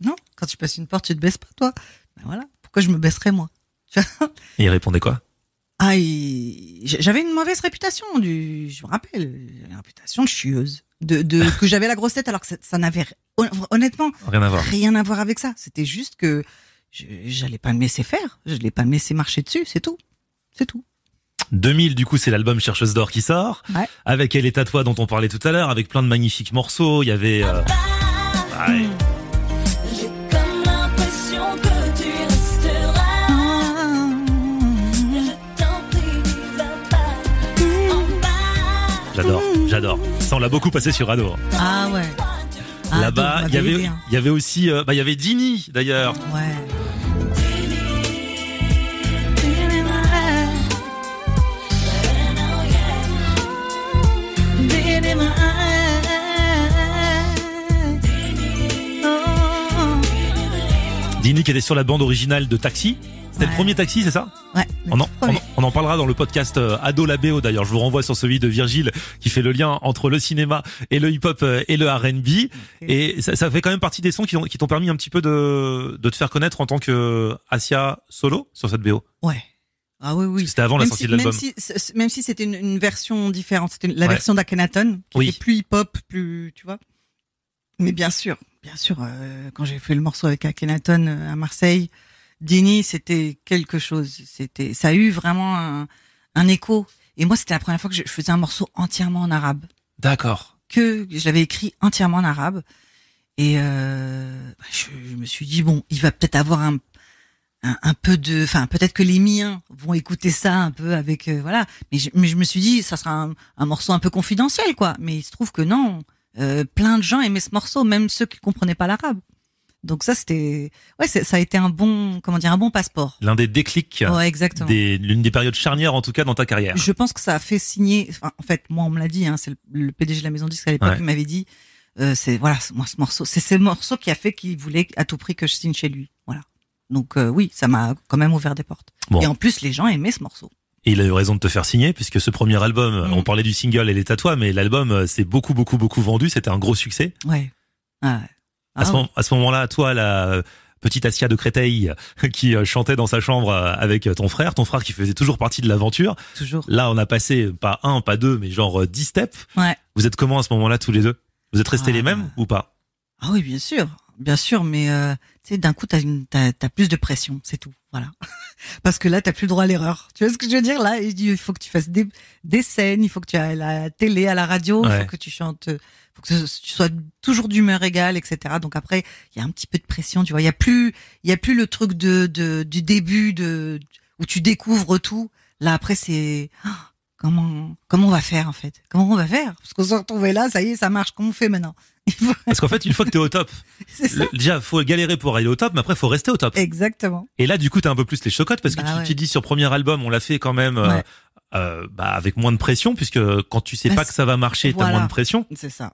non quand tu passes une porte tu te baisses pas toi ben voilà pourquoi je me baisserais moi Tu vois
Et ils répondaient quoi
ah, et j- j'avais une mauvaise réputation, du, je me rappelle, une réputation de chieuse, de, de que j'avais la grosse tête alors que ça, ça n'avait hon- honnêtement
Rien à voir.
rien à voir avec ça. C'était juste que je- j'allais pas me laisser faire, je l'ai pas me laisser marcher dessus, c'est tout, c'est tout.
2000, du coup, c'est l'album Chercheuse d'or qui sort.
Ouais.
Avec Elle est à toi dont on parlait tout à l'heure, avec plein de magnifiques morceaux. Il y avait. euh, ouais.
J'ai comme l'impression que tu resteras. Je t'en prie, n'y va pas. En bas.
J'adore, j'adore. Ça, on l'a beaucoup passé sur Ado.
Ah ouais. Ah, donc,
Là-bas,
vous
il
m'avez
y avait,
aidé, hein.
il y avait aussi, euh, bah, il y avait Dini d'ailleurs.
Ouais.
Dini qui était sur la bande originale de Taxi. C'était le
Ouais.
premier taxi, c'est ça
Ouais.
on en,
Premier.
oh on en- on en parlera dans le podcast euh, Ado Labéo d'ailleurs. Je vous renvoie sur celui de Virgile qui fait le lien entre le cinéma et le hip-hop euh, et le R&B. Et ça, ça fait quand même partie des sons qui ont- qui t'ont permis un petit peu de, de te faire connaître en tant que euh, Asia solo sur cette BO.
Ouais. Ah oui, oui.
C'était avant la
même
sortie
si,
de l'album.
Même si, c- c- même si c'était une, une version différente, c'était la
Ouais.
version d'Akhenaton, qui
Oui.
était plus hip-hop, plus, tu vois. Mais bien sûr, bien sûr, euh, quand j'ai fait le morceau avec Akhenaton euh, à Marseille, Dini, c'était quelque chose. C'était, ça a eu vraiment un, un écho. Et moi, c'était la première fois que je, je faisais un morceau entièrement en arabe,
D'accord.
que je l'avais écrit entièrement en arabe. Et euh, bah, je, je me suis dit bon, il va peut-être avoir un un, un peu de, enfin peut-être que les miens vont écouter ça un peu avec euh, voilà, mais je, mais je me suis dit ça sera un, un morceau un peu confidentiel quoi, mais il se trouve que non, Euh, plein de gens aimaient ce morceau, même ceux qui comprenaient pas l'arabe. Donc ça c'était, ouais c'est- ça a été un bon, comment dire, un bon passeport.
L'un des déclics,
Ouais exactement.
des- l'une des périodes charnières en tout cas dans ta carrière.
Je pense que ça a fait signer. Enfin, en fait, moi, on me l'a dit. Hein, c'est le, le PDG de la maison disque à l'époque
Ouais.
qui m'avait dit. euh, c'est voilà, c'est- moi ce morceau, c'est ce morceau qui a fait qu'il voulait à tout prix que je signe chez lui. Voilà. Donc euh, oui, ça m'a quand même ouvert des portes.
Bon.
Et en plus, les gens aimaient ce morceau.
Et il a eu raison de te faire signer puisque ce premier album,
Mm.
on parlait du single et les tatouages, mais l'album euh, s'est beaucoup beaucoup beaucoup vendu. C'était un gros succès.
Ouais. Ah, ouais.
À
Ah
ce,
ouais.
moment, à ce moment-là, toi, la euh, petite Asia de Créteil qui euh, chantait dans sa chambre euh, avec ton frère, ton frère qui faisait toujours partie de l'aventure.
toujours.
Là, on a passé euh, pas un, pas deux, mais genre euh, dix steps.
Ouais.
Vous êtes comment à ce moment-là tous les deux Vous êtes restés
Ah.
les mêmes ou pas
Ah oui, bien sûr, bien sûr, mais euh, tu sais, d'un coup, t'as une, t'as, t'as plus de pression, c'est tout, voilà. Parce que là, t'as plus le droit à l'erreur. Tu vois ce que je veux dire là Il dit, il faut que tu fasses des, des scènes, il faut que tu ailles à la télé, à la radio, il
Ouais.
faut que tu chantes, il faut que tu sois toujours d'humeur égale, etc. Donc après, il y a un petit peu de pression, tu vois. Il y a plus, il y a plus le truc de, de du début de où tu découvres tout. Là, après, c'est ah, comment comment on va faire en fait Comment on va faire Parce qu'on s'est retrouvés là, ça y est, ça marche. Comment on fait maintenant Il faut-
Parce qu'en fait, une fois que t'es au top,
C'est ça.
le- déjà faut galérer pour aller au top, mais après faut rester au top.
Exactement.
Et là, du coup, t'as un peu plus les chocottes parce que
Bah
tu,
ouais.
tu te dis sur premier album, on l'a fait quand même euh,
Ouais.
euh, bah, avec moins de pression puisque quand tu sais
Bah,
pas que ça va marcher, t'as
voilà.
moins de pression.
C'est ça.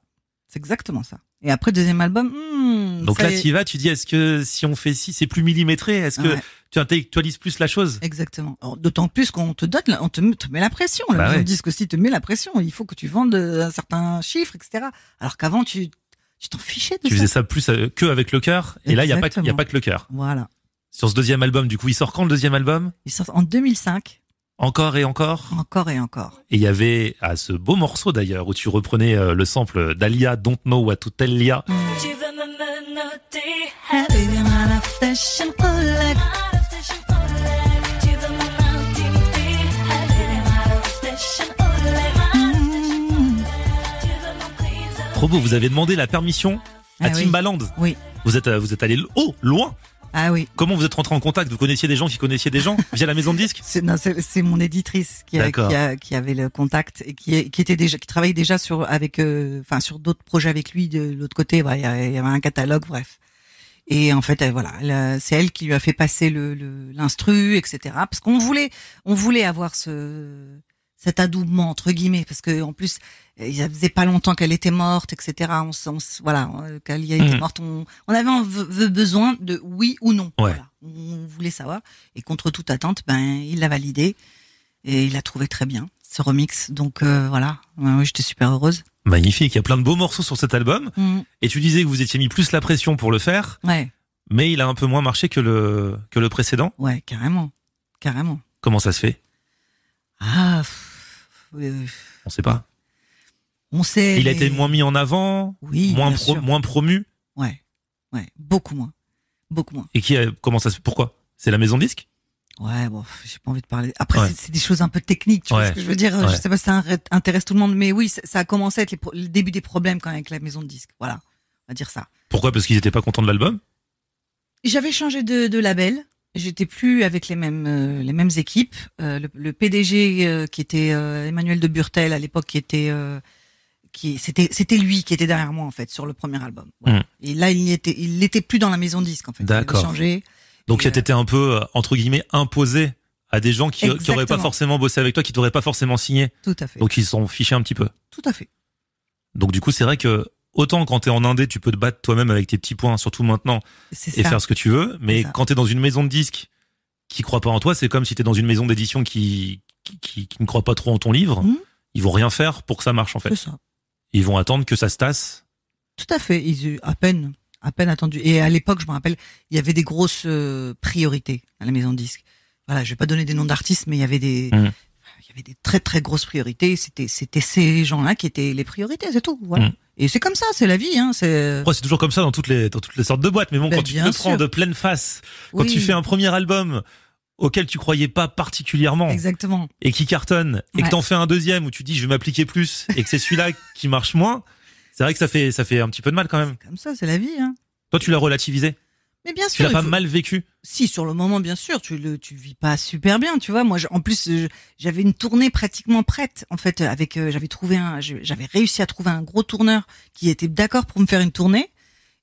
C'est exactement ça. Et après, deuxième album, hmm,
Donc
ça
là,
y est.
tu vas, tu dis est-ce que si on fait ci, c'est plus millimétré Est-ce que
Ouais,
tu intellectualises plus la chose
exactement. Alors, D'autant plus qu'on te donne, la- on te, te met la pression.
Bah
La maison
ouais.
de disque aussi te met la pression. Il faut que tu vendes euh, un certain chiffre, etc. Alors qu'avant, tu tu t'en fichais de
Tu
ça.
faisais ça plus euh, que avec le cœur, et là il y a pas, il y a
Exactement.
pas que le cœur.
Voilà.
Sur ce deuxième album, du coup, il sort quand le deuxième album
Ils sortent en 2005,
Encore et encore.
encore et encore.
Et il y avait à ce beau morceau d'ailleurs où tu reprenais euh, le sample d'Alia Don't Know What to Tell Ya.
Tu veux me menotter out of the chocolat. Tu veux me m'intimider Allez, out of the chocolat. Out of the chocolat. Tu veux m'emprisonner
Trop beau. Vous avez demandé la permission à
Ah oui.
Timbaland.
Oui.
Vous êtes euh, vous êtes allé haut, loin.
Ah oui.
Comment vous êtes rentré en contact Vous connaissiez des gens qui connaissaient des gens via la maison de disques
C'est non, c'est c'est mon éditrice qui, a, qui,
D'accord.
a- qui avait le contact et qui, qui était déjà qui travaillait déjà sur avec euh, enfin sur d'autres projets avec lui de l'autre côté. Bah, Il y, a- il y avait un catalogue, bref. Et en fait, elle, voilà, elle a- c'est elle qui lui a fait passer le le- l'instru, etc. Parce qu'on voulait on voulait avoir ce cet adoubement entre guillemets parce que en plus il y a- faisait pas longtemps qu'elle était morte etc on, s- on s- voilà euh, qu'elle y a été
Mhm.
morte on, on avait un v- v- besoin de oui ou non
Ouais.
Voilà. on voulait savoir et contre toute attente ben il l'a validé et il l'a trouvé très bien ce remix donc euh, voilà Ouais, ouais, j'étais super heureuse
Magnifique. Il y a plein de beaux morceaux sur cet album.
Mhm.
Et tu disais que vous étiez mis plus la pression pour le faire,
ouais
mais il a un peu moins marché que le que le précédent.
ouais carrément carrément
Comment ça se fait
ah pff, euh,
On sait pas.
on sait
Il a
mais-
été moins mis en avant,
oui
moins,
bien
pro-
sûr.
moins promu.
ouais ouais beaucoup moins beaucoup moins
Et qui a, comment ça se pourquoi C'est la maison de disque
Ouais, bon, pff, j'ai pas envie de parler. Après,
Ouais.
c'est- c'est des choses un peu techniques, tu vois
Ouais.
ce que je veux dire.
Ouais.
Je sais pas si ça arrête- intéresse tout le monde, mais oui, ça- ça a commencé à être les pro- le début des problèmes quand même avec la maison de disques. Voilà, on va dire ça.
Pourquoi Parce qu'ils étaient pas contents de l'album.
J'avais changé de, de label. J'étais plus avec les mêmes euh, les mêmes équipes. Euh, le, le PDG euh, qui était euh, Emmanuel de Burtel à l'époque, qui était euh, qui c'était c'était lui qui était derrière moi en fait sur le premier album. Voilà.
Mm.
Et là, il n'y était il n'était plus dans la maison de disques en fait. Il avait
D'accord.
Changé.
Donc
Et,
tu t'étais un peu euh, entre guillemets imposé à des gens qui euh, qui auraient pas
Exactement.
forcément bossé avec toi, qui t'auraient pas forcément signé.
Tout à fait.
Donc ils s'en fichaient un petit peu.
Tout à fait.
Donc du coup c'est vrai que autant quand t'es en indé, tu peux te battre toi-même avec tes petits points, surtout maintenant,
C'est
et
ça.
faire ce que tu veux. Mais
ça.
quand t'es dans une maison de disques qui croient pas en toi, c'est comme si t'es dans une maison d'édition qui, qui, qui- qui ne croit pas trop en ton livre.
Mhm.
Ils vont rien faire pour que ça marche, en fait.
C'est ça.
Ils vont attendre que ça se tasse.
Tout à fait. Ils ont à peine, à peine attendu. Et à l'époque, je me rappelle, il y avait des grosses euh, priorités à la maison de disques. Voilà, je vais pas donner des noms d'artistes, mais il y avait des,
Mhm.
il y avait des très très grosses priorités. C'était, c'était ces gens-là qui étaient les priorités, c'est tout. Voilà.
Mhm.
Et c'est comme ça, c'est la vie. Hein, c'est.
Après, c'est toujours comme ça dans toutes les, dans toutes les sortes de boîtes. Mais bon,
Bah,
quand tu te
bien
le prends
sûr.
de pleine face, quand
Oui,
tu fais un premier album auquel tu croyais pas particulièrement
Exactement.
et qui cartonne et que
Ouais.
t'en fais un deuxième où tu dis je vais m'appliquer plus et que c'est celui-là qui marche moins, c'est vrai que ça fait, ça fait un petit peu de mal quand même.
C'est comme ça, c'est la vie. Hein.
Toi, tu l'as relativisé.
Mais bien
Tu
sûr.
l'as
il
pas
faut-
mal vécu.
Si sur le moment, bien sûr, tu le tu le vis pas super bien, tu vois. Moi, je- en plus, euh, j'avais une tournée pratiquement prête. En fait, euh, avec euh, j'avais trouvé un, je- j'avais réussi à trouver un gros tourneur qui était d'accord pour me faire une tournée.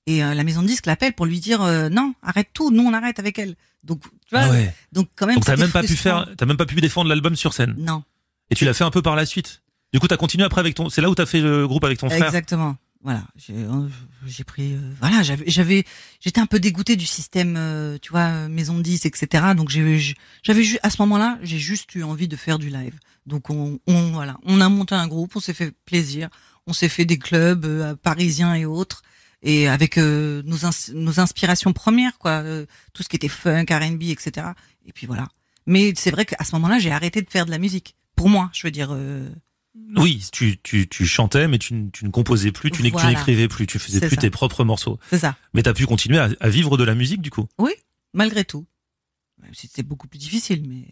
Et euh, la maison de disque l'appelle pour lui dire euh, non, arrête tout, nous on arrête avec elle. Donc tu vois,
Ah ouais.
donc quand même.
Donc t'as
c'était
même pas pu
frustrant.
faire, t'as même pas pu défendre l'album sur scène.
Non,
Et tu l'as fait un peu par la suite. Du coup, t'as continué après avec ton. C'est là où t'as fait le groupe avec ton frère.
exactement. Voilà, j'ai euh, j'ai pris, euh, voilà, j'avais, j'avais, j'étais un peu dégoûtée du système, euh, tu vois, euh, maison de 10, etc. Donc j'ai, ju- j'avais ju- à ce moment-là, j'ai juste eu envie de faire du live. Donc on, on, voilà, on a monté un groupe, on s'est fait plaisir, on s'est fait des clubs euh, parisiens et autres, et avec euh, nos, ins- nos inspirations premières, quoi, euh, tout ce qui était funk, R&B, etc. Et puis voilà. Mais c'est vrai qu'à ce moment-là, j'ai arrêté de faire de la musique. Pour moi, je veux dire. euh,
Oui, tu, tu, tu chantais, mais tu, ne- tu ne composais plus, tu n'é- tu
Voilà.
n'écrivais plus, tu faisais
C'est
plus
ça.
tes propres morceaux.
c'est ça.
Mais t'as pu continuer à, à vivre de la musique du coup.
malgré tout. Même si c'était beaucoup plus difficile, mais.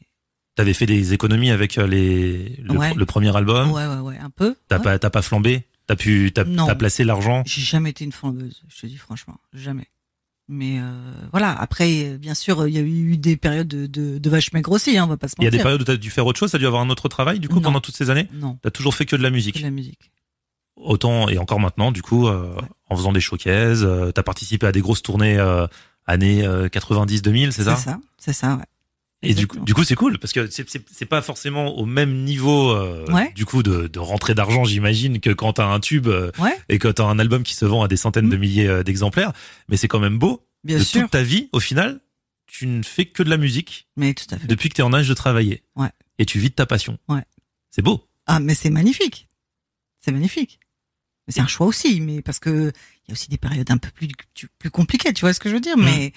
T'avais fait des économies avec euh, les le,
Ouais.
pr- le premier album.
Ouais, ouais, ouais, un peu.
Hein T'as
Ouais.
pas t'as pas flambé. T'as pu t'as
Non.
t'as placé l'argent.
J'ai jamais été une flambeuse, je te dis franchement, jamais. Mais euh, voilà, après, euh, bien sûr, il y a eu des périodes de, de, de vache maigre aussi, hein, on va pas se
Il y a
mentir.
des périodes où t'as dû faire autre chose. T'as dû avoir un autre travail du coup
Non.
pendant toutes ces années.
Non,
T'as toujours fait que de la
que de
musique.
la musique.
Autant et encore maintenant du coup euh, en faisant des showcases. euh, t'as participé à des grosses tournées euh, années 90-2000, c'est ça
C'est ça, c'est ça, ouais.
Et du coup,
Exactement.
du coup, c'est cool parce que c'est- c'est c'est pas forcément au même niveau euh,
Ouais.
du coup de, de rentrée d'argent, j'imagine, que quand t'as un tube euh,
Ouais.
et que t'as un album qui se vend à des centaines de milliers euh, d'exemplaires. Mais c'est quand même beau.
Mm. Bien
de
sûr,
toute ta vie, au final, tu ne fais que de la musique
mais tout à fait.
depuis que t'es en âge de travailler.
Ouais.
Et tu vis de ta passion.
Ouais.
C'est beau.
Ah, mais c'est magnifique. C'est magnifique. Mais c'est un choix aussi, mais parce que il y a aussi des périodes un peu plus tu- plus compliquées, tu vois ce que je veux dire. Mais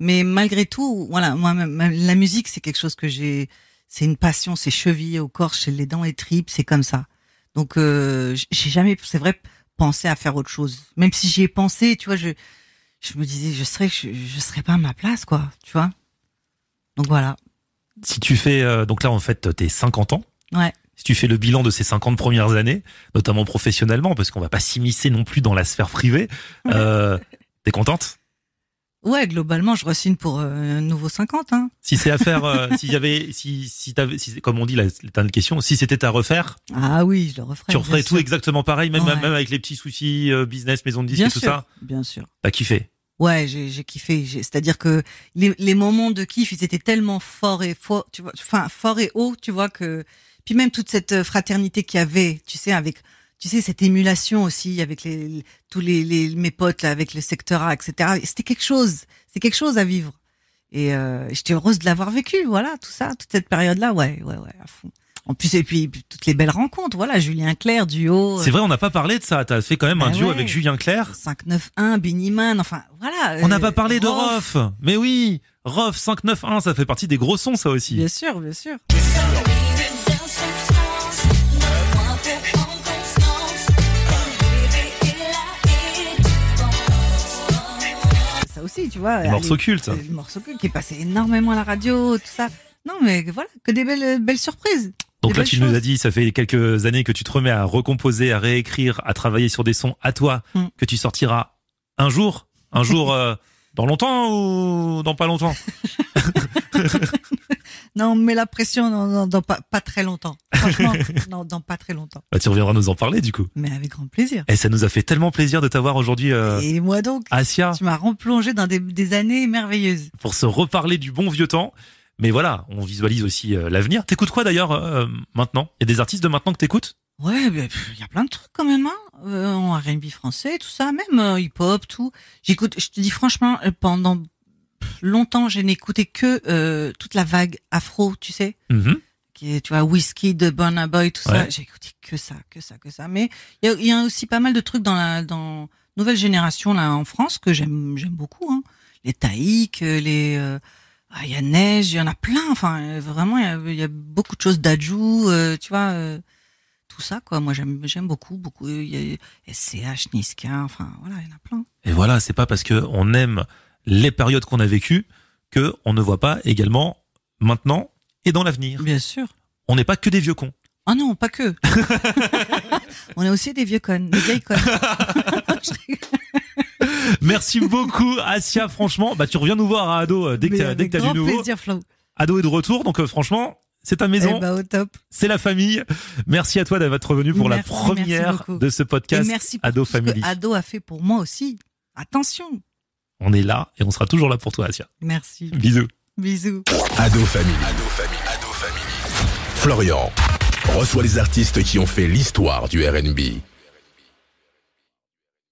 mais malgré tout, voilà, moi ma- ma- la musique c'est quelque chose que j'ai, c'est une passion, c'est chevillé au corps, chez les dents et tripes, c'est comme ça. Donc euh, j- j'ai jamais, c'est vrai, pensé à faire autre chose. Même si j'y ai pensé, tu vois, je je me disais, je serais je, je serais pas à ma place, quoi, tu vois. Donc voilà.
Si tu fais euh, donc là en fait t'es 50 ans.
Ouais.
Si tu fais le bilan de ces 50 premières années, notamment professionnellement, parce qu'on va pas s'immiscer non plus dans la sphère privée, euh, t'es contente
Ouais, globalement, je ressigne pour euh, un nouveau 50, hein.
Si c'est à faire, euh, s'il y avait, si, si t'avais, si, comme on dit la, la dernière question, si c'était à refaire,
Ah oui, je le referais.
tu
bien
referais
sûr.
tout exactement pareil, même,
Ouais.
même avec les petits soucis euh, business, maison de disques
Bien
et tout
sûr,
ça.
Bien sûr.
T'as kiffé.
Ouais, j'ai j'ai kiffé. J'ai- C'est-à-dire que les, les moments de kiff, ils étaient tellement forts et forts, tu vois, enfin forts et hauts, tu vois que. Puis même toute cette euh, fraternité qu'il y avait, tu sais, avec, tu sais, cette émulation aussi avec les tous les, les mes potes là, avec le secteur A, etc. C'était quelque chose. C'est quelque chose à vivre. Et euh, j'étais heureuse de l'avoir vécu. Voilà, tout ça, toute cette période-là, ouais, ouais, ouais, à fond. En plus et puis puis toutes les belles rencontres. Voilà, Julien Clerc, duo.
C'est vrai, on n'a pas parlé de ça. T'as fait quand même un
Bah
duo
ouais.
avec Julien Clerc.
591, Biniman, enfin voilà.
On
euh,
n'a pas parlé de
Rof.
Rof. Mais oui, Rof 591, ça fait partie des gros sons, ça aussi.
Bien sûr, bien sûr. Ça aussi, tu vois.
Des morceaux
allez,
cultes.
euh, Le morceau culte qui est passé énormément à la radio, tout ça. Non, mais voilà, que des belles, euh, belles surprises.
Donc
des
là,
belles
tu nous as
choses.
dit, ça fait quelques années que tu te remets à recomposer, à réécrire, à travailler sur des sons à toi
Mm.
que tu sortiras un jour, un jour euh, dans longtemps ou dans pas longtemps.
Non, mais la pression, non, non, dans pas, pas très longtemps. Franchement, non, dans pas très longtemps.
Bah, tu reviendras nous en parler du coup.
Mais avec grand plaisir.
Et ça nous a fait tellement plaisir de t'avoir aujourd'hui, euh, Ah.
Et moi donc,
Asia,
tu m'as replongé dans des, des années merveilleuses.
pour se reparler du bon vieux temps. Mais voilà, on visualise aussi euh, l'avenir. T'écoutes quoi d'ailleurs euh, maintenant Il y a des artistes de maintenant que t'écoutes
Ouais, bah, il y a plein de trucs quand même, hein. Euh, en R&B français, tout ça, même euh, hip-hop, tout. J'écoute, je te dis franchement, euh, pendant pff, longtemps, je n'écoutais que euh, toute la vague afro, tu sais,
Mhm.
qui est, tu vois, Whiskey, de Burna Boy, tout ça.
Ouais.
J'ai écouté que ça, que ça, que ça. Mais il y a, il y a aussi pas mal de trucs dans la dans nouvelle génération là en France que j'aime j'aime beaucoup. hein. Les Taïk, euh, les euh, ah, il y a Neige, il y en a plein. Enfin, euh, vraiment, il y a, il y a beaucoup de choses d'Adjou, euh, tu vois. euh, tout ça, quoi. Moi, j'aime, j'aime beaucoup, beaucoup. Il y a SCH, Niska, enfin, voilà, il y en a plein.
Et voilà, c'est pas parce que on aime les périodes qu'on a vécues que on ne voit pas également maintenant et dans l'avenir.
Bien sûr.
On n'est pas que des vieux cons.
Ah non, pas que. On est aussi des vieux connes, des vieilles connes. Je rigole.
Merci beaucoup, Asia. Franchement, bah tu reviens nous voir à Ado euh, dès que
Mais
t'as- dès
avec
que t'as du
grand
nouveau.
plaisir, Flo.
Ado est de retour, donc euh, franchement, c'est ta
Eh
maison,
ben, au top.
c'est la famille. Merci à toi d'être venu pour la
Merci, merci
première
beaucoup.
de ce
Et
podcast
merci pour
Ado
tout ce que
Family.
Ado a fait pour moi aussi. Attention.
On est là et on sera toujours là pour toi, Asia.
Merci.
Bisous.
Bisous.
Ado Family. Ado Family. Ado Family. Florian reçoit les artistes qui ont fait l'histoire du RB.